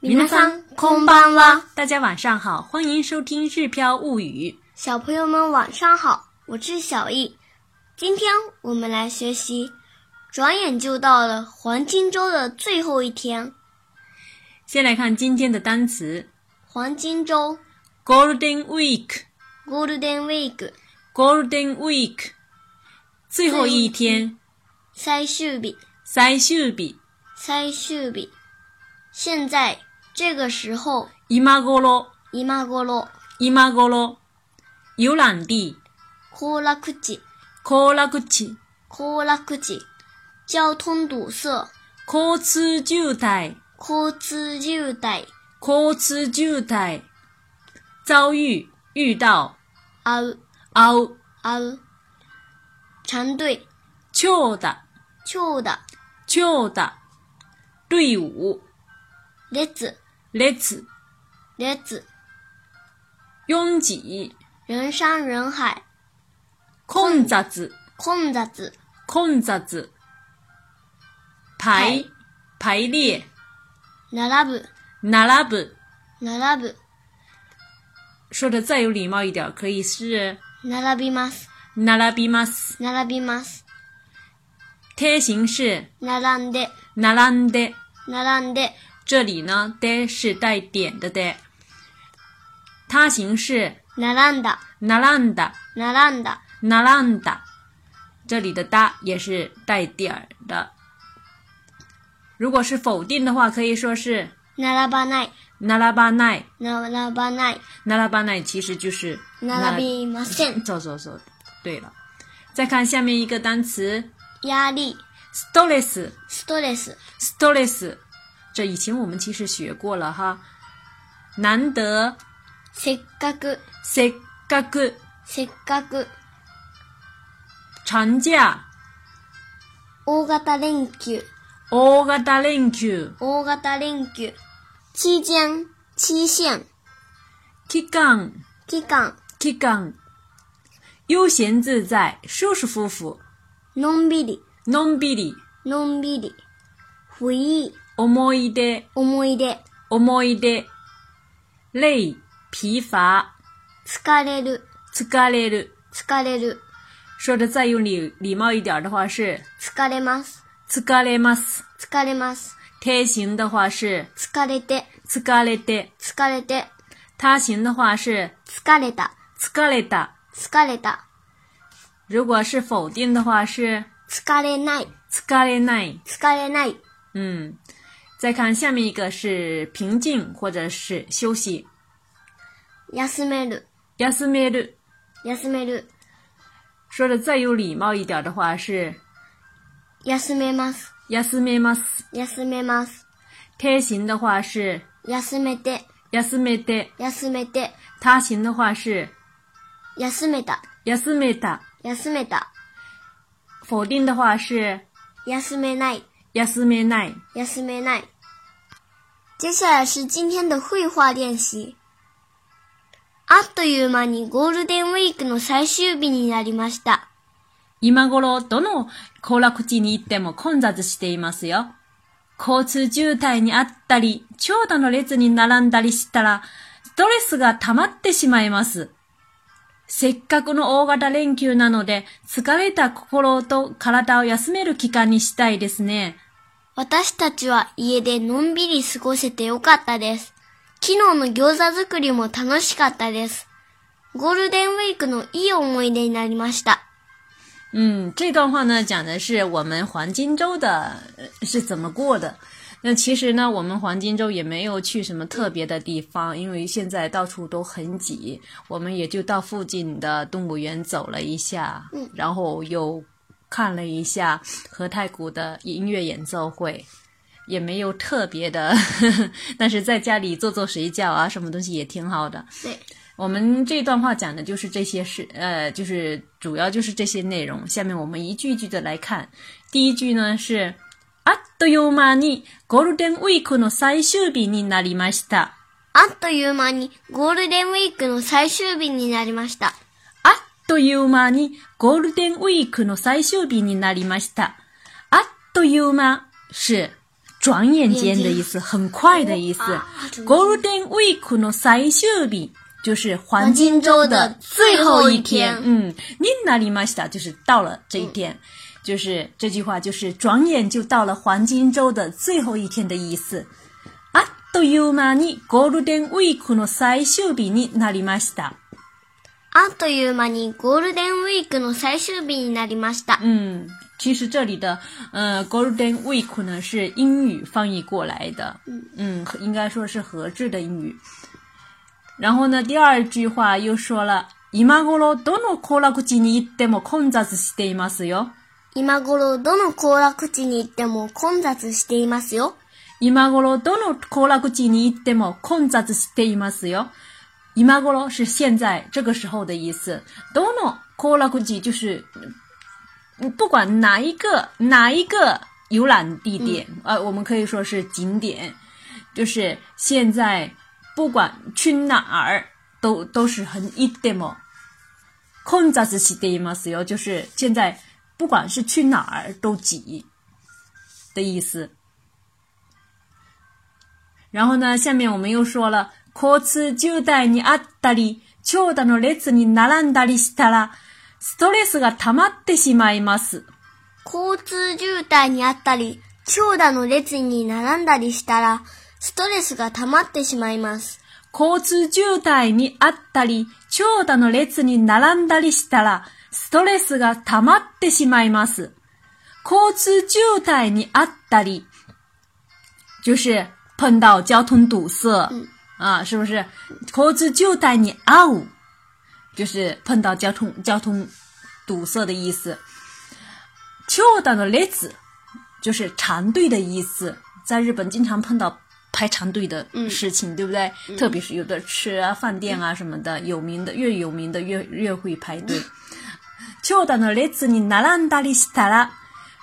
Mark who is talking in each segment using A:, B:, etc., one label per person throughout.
A: 皆さんこんばんは，
B: 大家晚上好，欢迎收听《日飘物语》。
A: 小朋友们晚上好，我是小易。今天我们来学习，转眼就到了黄金周的最后一天。
B: 先来看今天的单词
A: 黄金周
B: ：Golden Week，Golden
A: （Golden Week）
B: Week，最后一天，
A: 最終日
B: 最終日。
A: 最終日。现在这个时候，
B: 今頃、
A: 今頃
B: 今頃。游览地：
A: 行楽地
B: 行楽地、
A: 行楽地，交通堵塞，
B: 交通渋滞、
A: 交通渋滞，
B: 交通渋滞。遭遇、遇到、
A: あう
B: あう、
A: あう。长队，
B: 長蛇、
A: 長蛇，
B: 長蛇。队伍、
A: 列，
B: 列、
A: 列，
B: 拥挤、
A: 人山人海，
B: 混雑、
A: 混雑，
B: 混雑。排、排列、
A: 並ぶ，
B: 並ぶ。
A: 並ぶ，
B: 说的再有礼貌一点，可以是
A: 並びます，
B: 並びます。
A: 並びます，
B: 贴形是
A: 並んで，
B: 並んで，
A: 並んで。
B: 这里呢的是带点的的。他形是
A: 並んだ、
B: 並んだ、
A: 並んだ、
B: 並んだ，这里的哒也是带点儿的。如果是否定的话，可以说是
A: 並ばない、
B: 並ばない。
A: 並ばない、
B: 並ばない其实就是
A: 並びません。
B: 走走走，对了。再看下面一个单词
A: 压力、
B: stress。
A: ストレス、
B: stress，这以前我们其实学过了哈。难得
A: せっかく、
B: せっかく
A: せっかく、
B: 長假
A: 大型連休、
B: 大型連休
A: 大型連休、期間、期限、
B: 期間
A: 期間、
B: 期間悠闲自在舒舒服服
A: のんびり、
B: のんびり
A: のんびり、不意、
B: 思い出
A: 思い出、
B: 思い出累疲乏
A: 疲れる、
B: 疲れる
A: 疲れる、
B: 说的再用礼礼貌一点的话是
A: 疲れます、
B: 疲れます
A: 疲れます、
B: 贴形的话是
A: 疲れて、
B: 疲れて
A: 疲れて、
B: 他形的话是
A: 疲れた、
B: 疲れた。
A: 疲れた、
B: 如果是否定的话是
A: 疲れない、
B: 疲れない。
A: 疲れない、
B: 嗯，再看下面一个是平静或者是休息。
A: 休める、
B: 休める。
A: 休める、
B: 说的再有礼貌一点的话是
A: 休めます、
B: 休めます。
A: 休めます、
B: 贴形的话是
A: 休めて、
B: 休めて。
A: 休めて、
B: 他形的话是
A: 休めた、
B: 休めた。
A: 休めた、
B: 否定的话是
A: 休めない、
B: 休めない。
A: 休めない。接下来是今天的绘画练习。あっという間にゴールデンウィークの最終日になりました。
B: 今頃、どの行楽地に行っても混雑していますよ。交通渋滞にあったり、長蛇の列に並んだりしたら、ストレスが溜まってしまいます。せっかくの大型連休なので、疲れた心と体を休める期間にしたいですね。
A: 私たちは家でのんびり過ごせてよかったです。昨日の餃子作りも楽しかったです。ゴールデンウィークのいい思い出になりました。
B: 嗯，这段话呢，讲的是我们黄金周的呃是怎么过的。那其实呢，我们黄金周也没有去什么特别的地方，因为现在到处都很挤，我们也就到附近的动物园走了一下，嗯，然后又看了一下和太鼓的音乐演奏会，也没有特别的， 但是在家里做做水饺啊，什么东西也挺好的。
A: 对，
B: 我们这段话讲的就是这些事，呃，就是主要就是这些内容。下面我们一句一句的来看。第一句呢是あっという間にゴールデンウィークの最終日になりました。
A: あっという間にゴールデンウィークの最終日になりました。
B: あっという間にゴールデンウィークの最終日になりました。あっという間是转眼间的意思，很快的意思
A: 哦啊。怎么
B: Golden Week の最終日就是黄金周的最后一天。
A: 黄金周的最后一天嗯
B: 嗯，になりました就是到了这一天，就是这句话就是转眼就到了黄金周的最后一天的意思。啊あっという間にゴールデンウィークの最終日になりました。
A: あっという間にゴールデンウィークの最終日になりました。
B: 嗯，其实这里的呃 Golden Week 呢是英语翻译过来的，嗯，应该说是合制的英语。然后呢，第二句话又说了。今頃どの行楽地に行っても混雑していますよ。
A: 今頃どの行楽地に行っても混雑していますよ。
B: 今頃どの行楽地に行っても混雑していますよ。今頃是现在这个时候的意思。どの行楽地就是嗯不管哪一个哪一个游览地点，呃，我们可以说是景点，就是现在不管去哪儿都都是很一点も混雑していますよ，就是现在不管是去哪儿都挤的意思。然后呢，下面我们又说了，交通渋滞にあったり、長蛇の列に並んだりしたら、ストレスが溜まってしまいます。
A: 交通渋滞にあったり、長蛇の列に並んだりしたら、ストレスが溜まってしまいます。
B: 交通渋滞にあったり、長蛇の列に並んだりしたら、ストレスが溜まってしまいます。交通渋滞にあったり，就是碰到交通堵塞、啊，是不是？交通渋滞にあう，就是碰到交通交通堵塞的意思。長蛇の列就是长队的意思，在日本经常碰到排长队的事情，对不对？特别是有的吃啊、饭店啊什么的，有名的越有名的越越会排队。長蛇の列に並んだりしたら，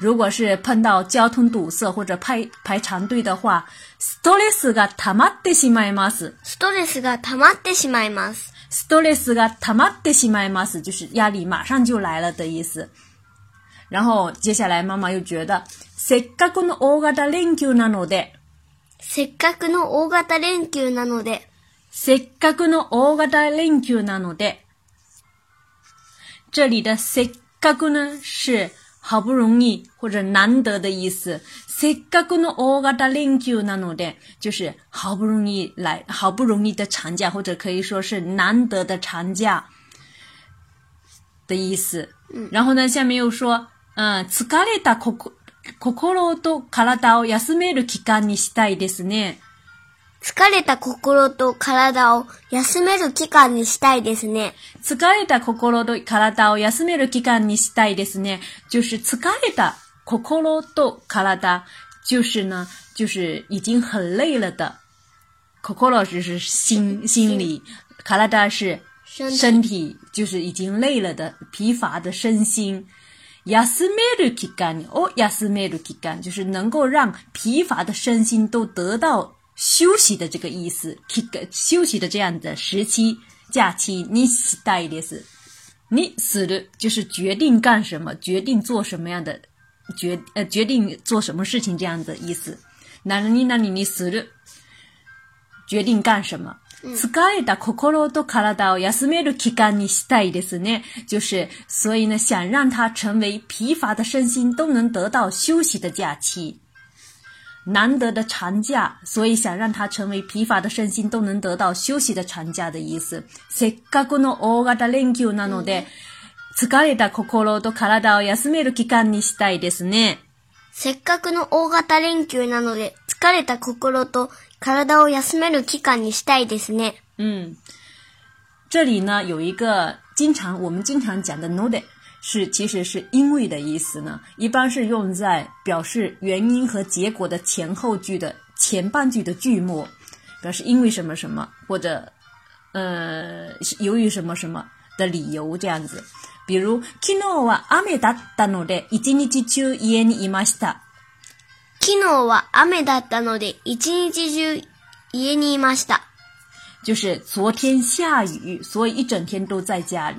B: 如果是碰到交通堵塞或者排排长队的话，ストレスが溜まってしまいます。
A: ストレスが溜まってしまいます。
B: ストレスが溜まってしまいます，就是压力马上就来了的意思。然后接下来妈妈又觉得，せっかくの大型連休なので，
A: せっかくの大型連休なので、
B: せっかくの大型連休なので，这里的せっかく呢是好不容易或者难得的意思。せっかくの大型連休なので，就是好不容易来，好不容易的长假，或者可以说是难得的长假的意思。然后呢，下面又说，嗯，疲れた心心と体を休める期間にしたいですね。
A: 疲れた心と体を休める期間にしたいですね。
B: 疲れた心と体を休める期間にしたいですね。就是疲れた心と体，就是呢，就是已经很累了的。心就是心心理，体是
A: 身体
B: 身体，就是已经累了的、疲乏的身心。休める期間を休める期間，就是能够让疲乏的身心都得到休息的这个意思，期間休息的这样的时期假期にしたいです。你死る就是决定干什么，决定做什么样的决呃决定做什么事情这样的意思。なになににする决定干什么。疲れた心と体を休める期間にしたいですね。就是，所以呢，想让它成为疲乏的身心都能得到休息的假期，难得的长假，所以想让它成为疲乏的身心都能得到休息的长假的意思。せっかくの大型連休なので、疲れた心と体を休める期間にしたいですね。
A: せっかくの大型連休なので、疲れた心と体を休める期間にしたいですね。
B: 嗯，这里呢有一个经常我们经常讲的 “no de”，是其实是因为的意思呢，一般是用在表示原因和结果的前后句的前半句的句末，表示因为什么什么或者呃是由于什么什么的理由这样子。比如，昨日は雨だったので一日中家にいました。
A: 昨日は雨だったので、一日中家にいました。
B: 就是昨天下雨，所以一整天都在家里。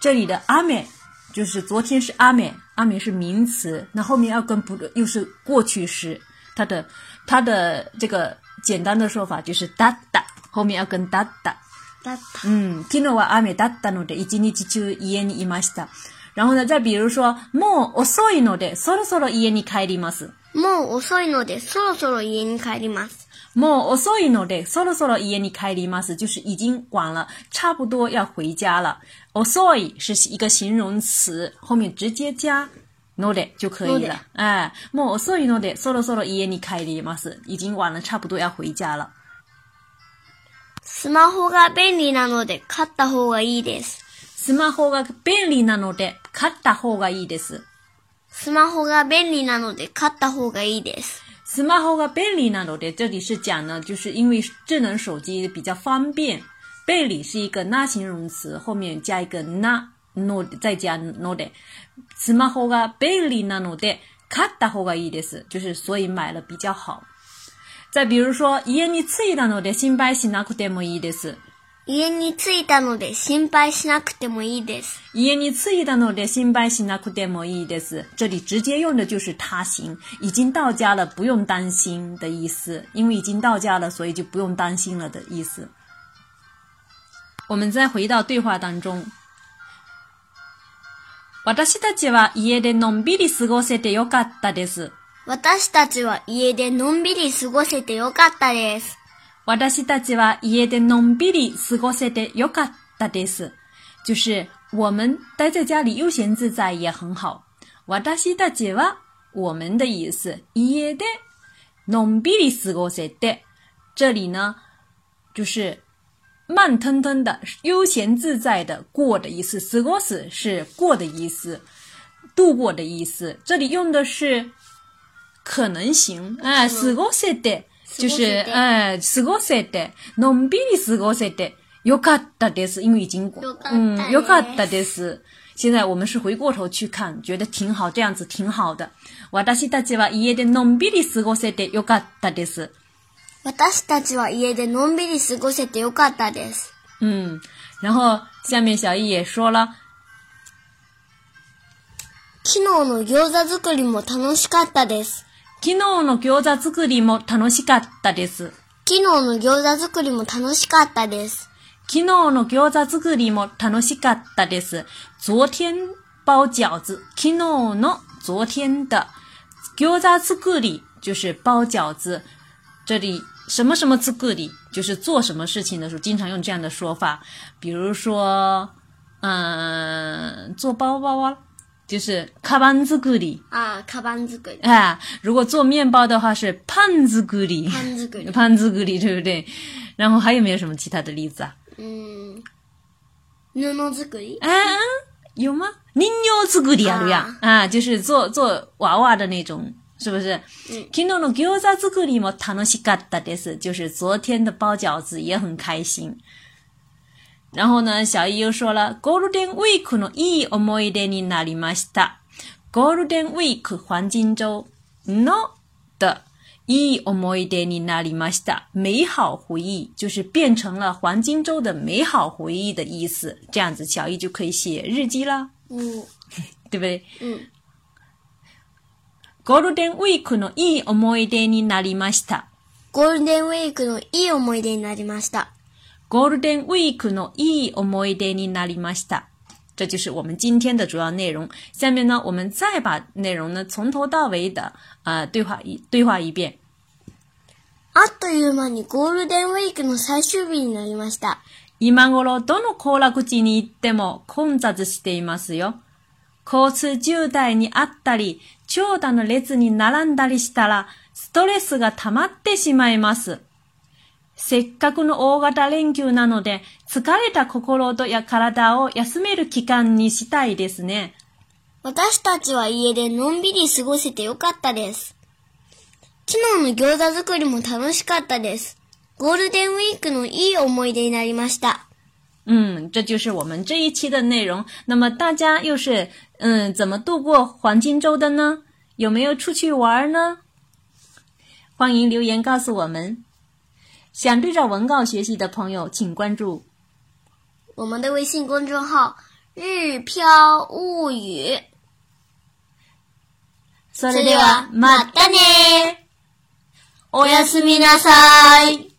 B: 这里的阿美就是昨天是阿美，阿明是名词，那后面要跟不又是过去时，它的它的这个简单的说法就是だった，后面要跟だった。
A: だった。
B: 嗯，昨日は雨だったので一日中家にいました。然后呢，再比如说もう遅いのでそろそろ家に帰ります。
A: もう遅いので、そろそろ家に帰ります。
B: もう遅いので、そろそろ家に帰ります，就是已经晚了，差不多要回家了。遅い是一个形容词，后面直接加ので就可以
A: ので
B: 了。哎，もう遅いので、そろそろ家に帰ります，已经晚了，差不多要回家了。
A: スマホが便利なので、買った方がいいです。
B: スマホが便利なので、買った方がいいです。
A: スマホが便利なので、買った方がいいです。
B: スマホが便利なので，这里是讲呢，就是因为智能手机比较方便。便利是一个那形容词，后面加一个那の再加ので。スマホが便利なので買った方がいいです，就是所以买了比较好。再比如说，家に着いたので心配しなくてもいいです。
A: 家に着いたので、心配しなくてもいいです。
B: 家に着いたので心配しなくてもいいです。这里直接用的就是他行，已经到家了，不用担心的意思。因为已经到家了，所以就不用担心了的意思。我们再回到对话当中。私たちは家でのんびり過ごせてよかったです。
A: 私たちは家でのんびり過ごせてよかったです。
B: 私たちは家でのんびり過ごせてよかったです。就是我们待在家里悠闲自在也很好。私たちは我们的意思，家でのんびり過ごせて，这里呢就是慢腾腾的、悠闲自在的过的意思。過ごす是过的意思，度过的意思。这里用的是可能型，哎，過ごせて就是
A: 過ごせて
B: 哎，過ごせてのんびり過ごせてよかったです，因为已经
A: よかった
B: 嗯
A: です
B: よかったです。现在我们是回过头去看，觉得挺好，这样子挺好的。私たちは家でのんびり過ごせてよかったです。
A: 私たちは家でのんびり過ごせてよかったです。
B: 嗯，然后下面小易也说了，
A: 昨日の餃子作りも楽しかったです。
B: 昨日の餃子作りも楽しかったです。
A: 昨日の餃子作りも楽しかったです。
B: 昨日の餃子作りも楽しかったです。昨天包饺子，昨日の昨天的餃子作り就是包饺子。这里什么什么作り就是做什么事情的时候，经常用这样的说法。比如说，嗯，做包包啊，就是カバン作り。
A: ああ、カバン作り。
B: 啊，如果做面包的话是胖子咕里，
A: パン作 り。
B: 胖子咕里，对不对？然后还有没有什么其他的例子啊？
A: うーん。布作り
B: 啊，有吗？人形子咕里啊，对呀，啊，就是做做娃娃的那种，是不是？昨日の餃子作りも楽しかったです，就是昨天的包饺子也很开心。然后呢，小易又说了，ゴールデンウィークのいい思い出になりました。ゴールデンウィーク黄金周の的いい思い出になりました。美好回忆就是变成了黄金周的美好回忆的意思，这样子小易就可以写日记啦，
A: うん。
B: 对不对？
A: うん。
B: ゴールデンウィークのいい思い出になりました。
A: ゴールデンウィークのいい思い出になりました。
B: ゴールデンウィークのいい思い出になりました。这就是我们今天的主要内容。下面呢，我们再把内容呢从头到尾的啊、呃对话一对话一遍。
A: あっという間にゴールデンウィークの最終日になりました。
B: 今頃どの行楽地に行っても混雑していますよ。交通渋滞にあったり、長蛇の列に並んだりしたら、ストレスが溜まってしまいます。せっかくの大型連休なので、疲れた心とや体を休める期間にしたいですね。
A: 私たちは家でのんびり過ごせてよかったです。昨日の餃子作りも楽しかったです。ゴールデンウィークのいい思い出になりました。
B: 嗯，这就是我们这一期的内容。那么大家又是嗯怎么度过黄金周的呢？有没有出去玩儿呢？欢迎留言告诉我们。想对照文稿学习的朋友，请关注。
A: 我们的微信公众号“日飘物语”。そ
B: そ
A: れでは、またねおやすみなさい。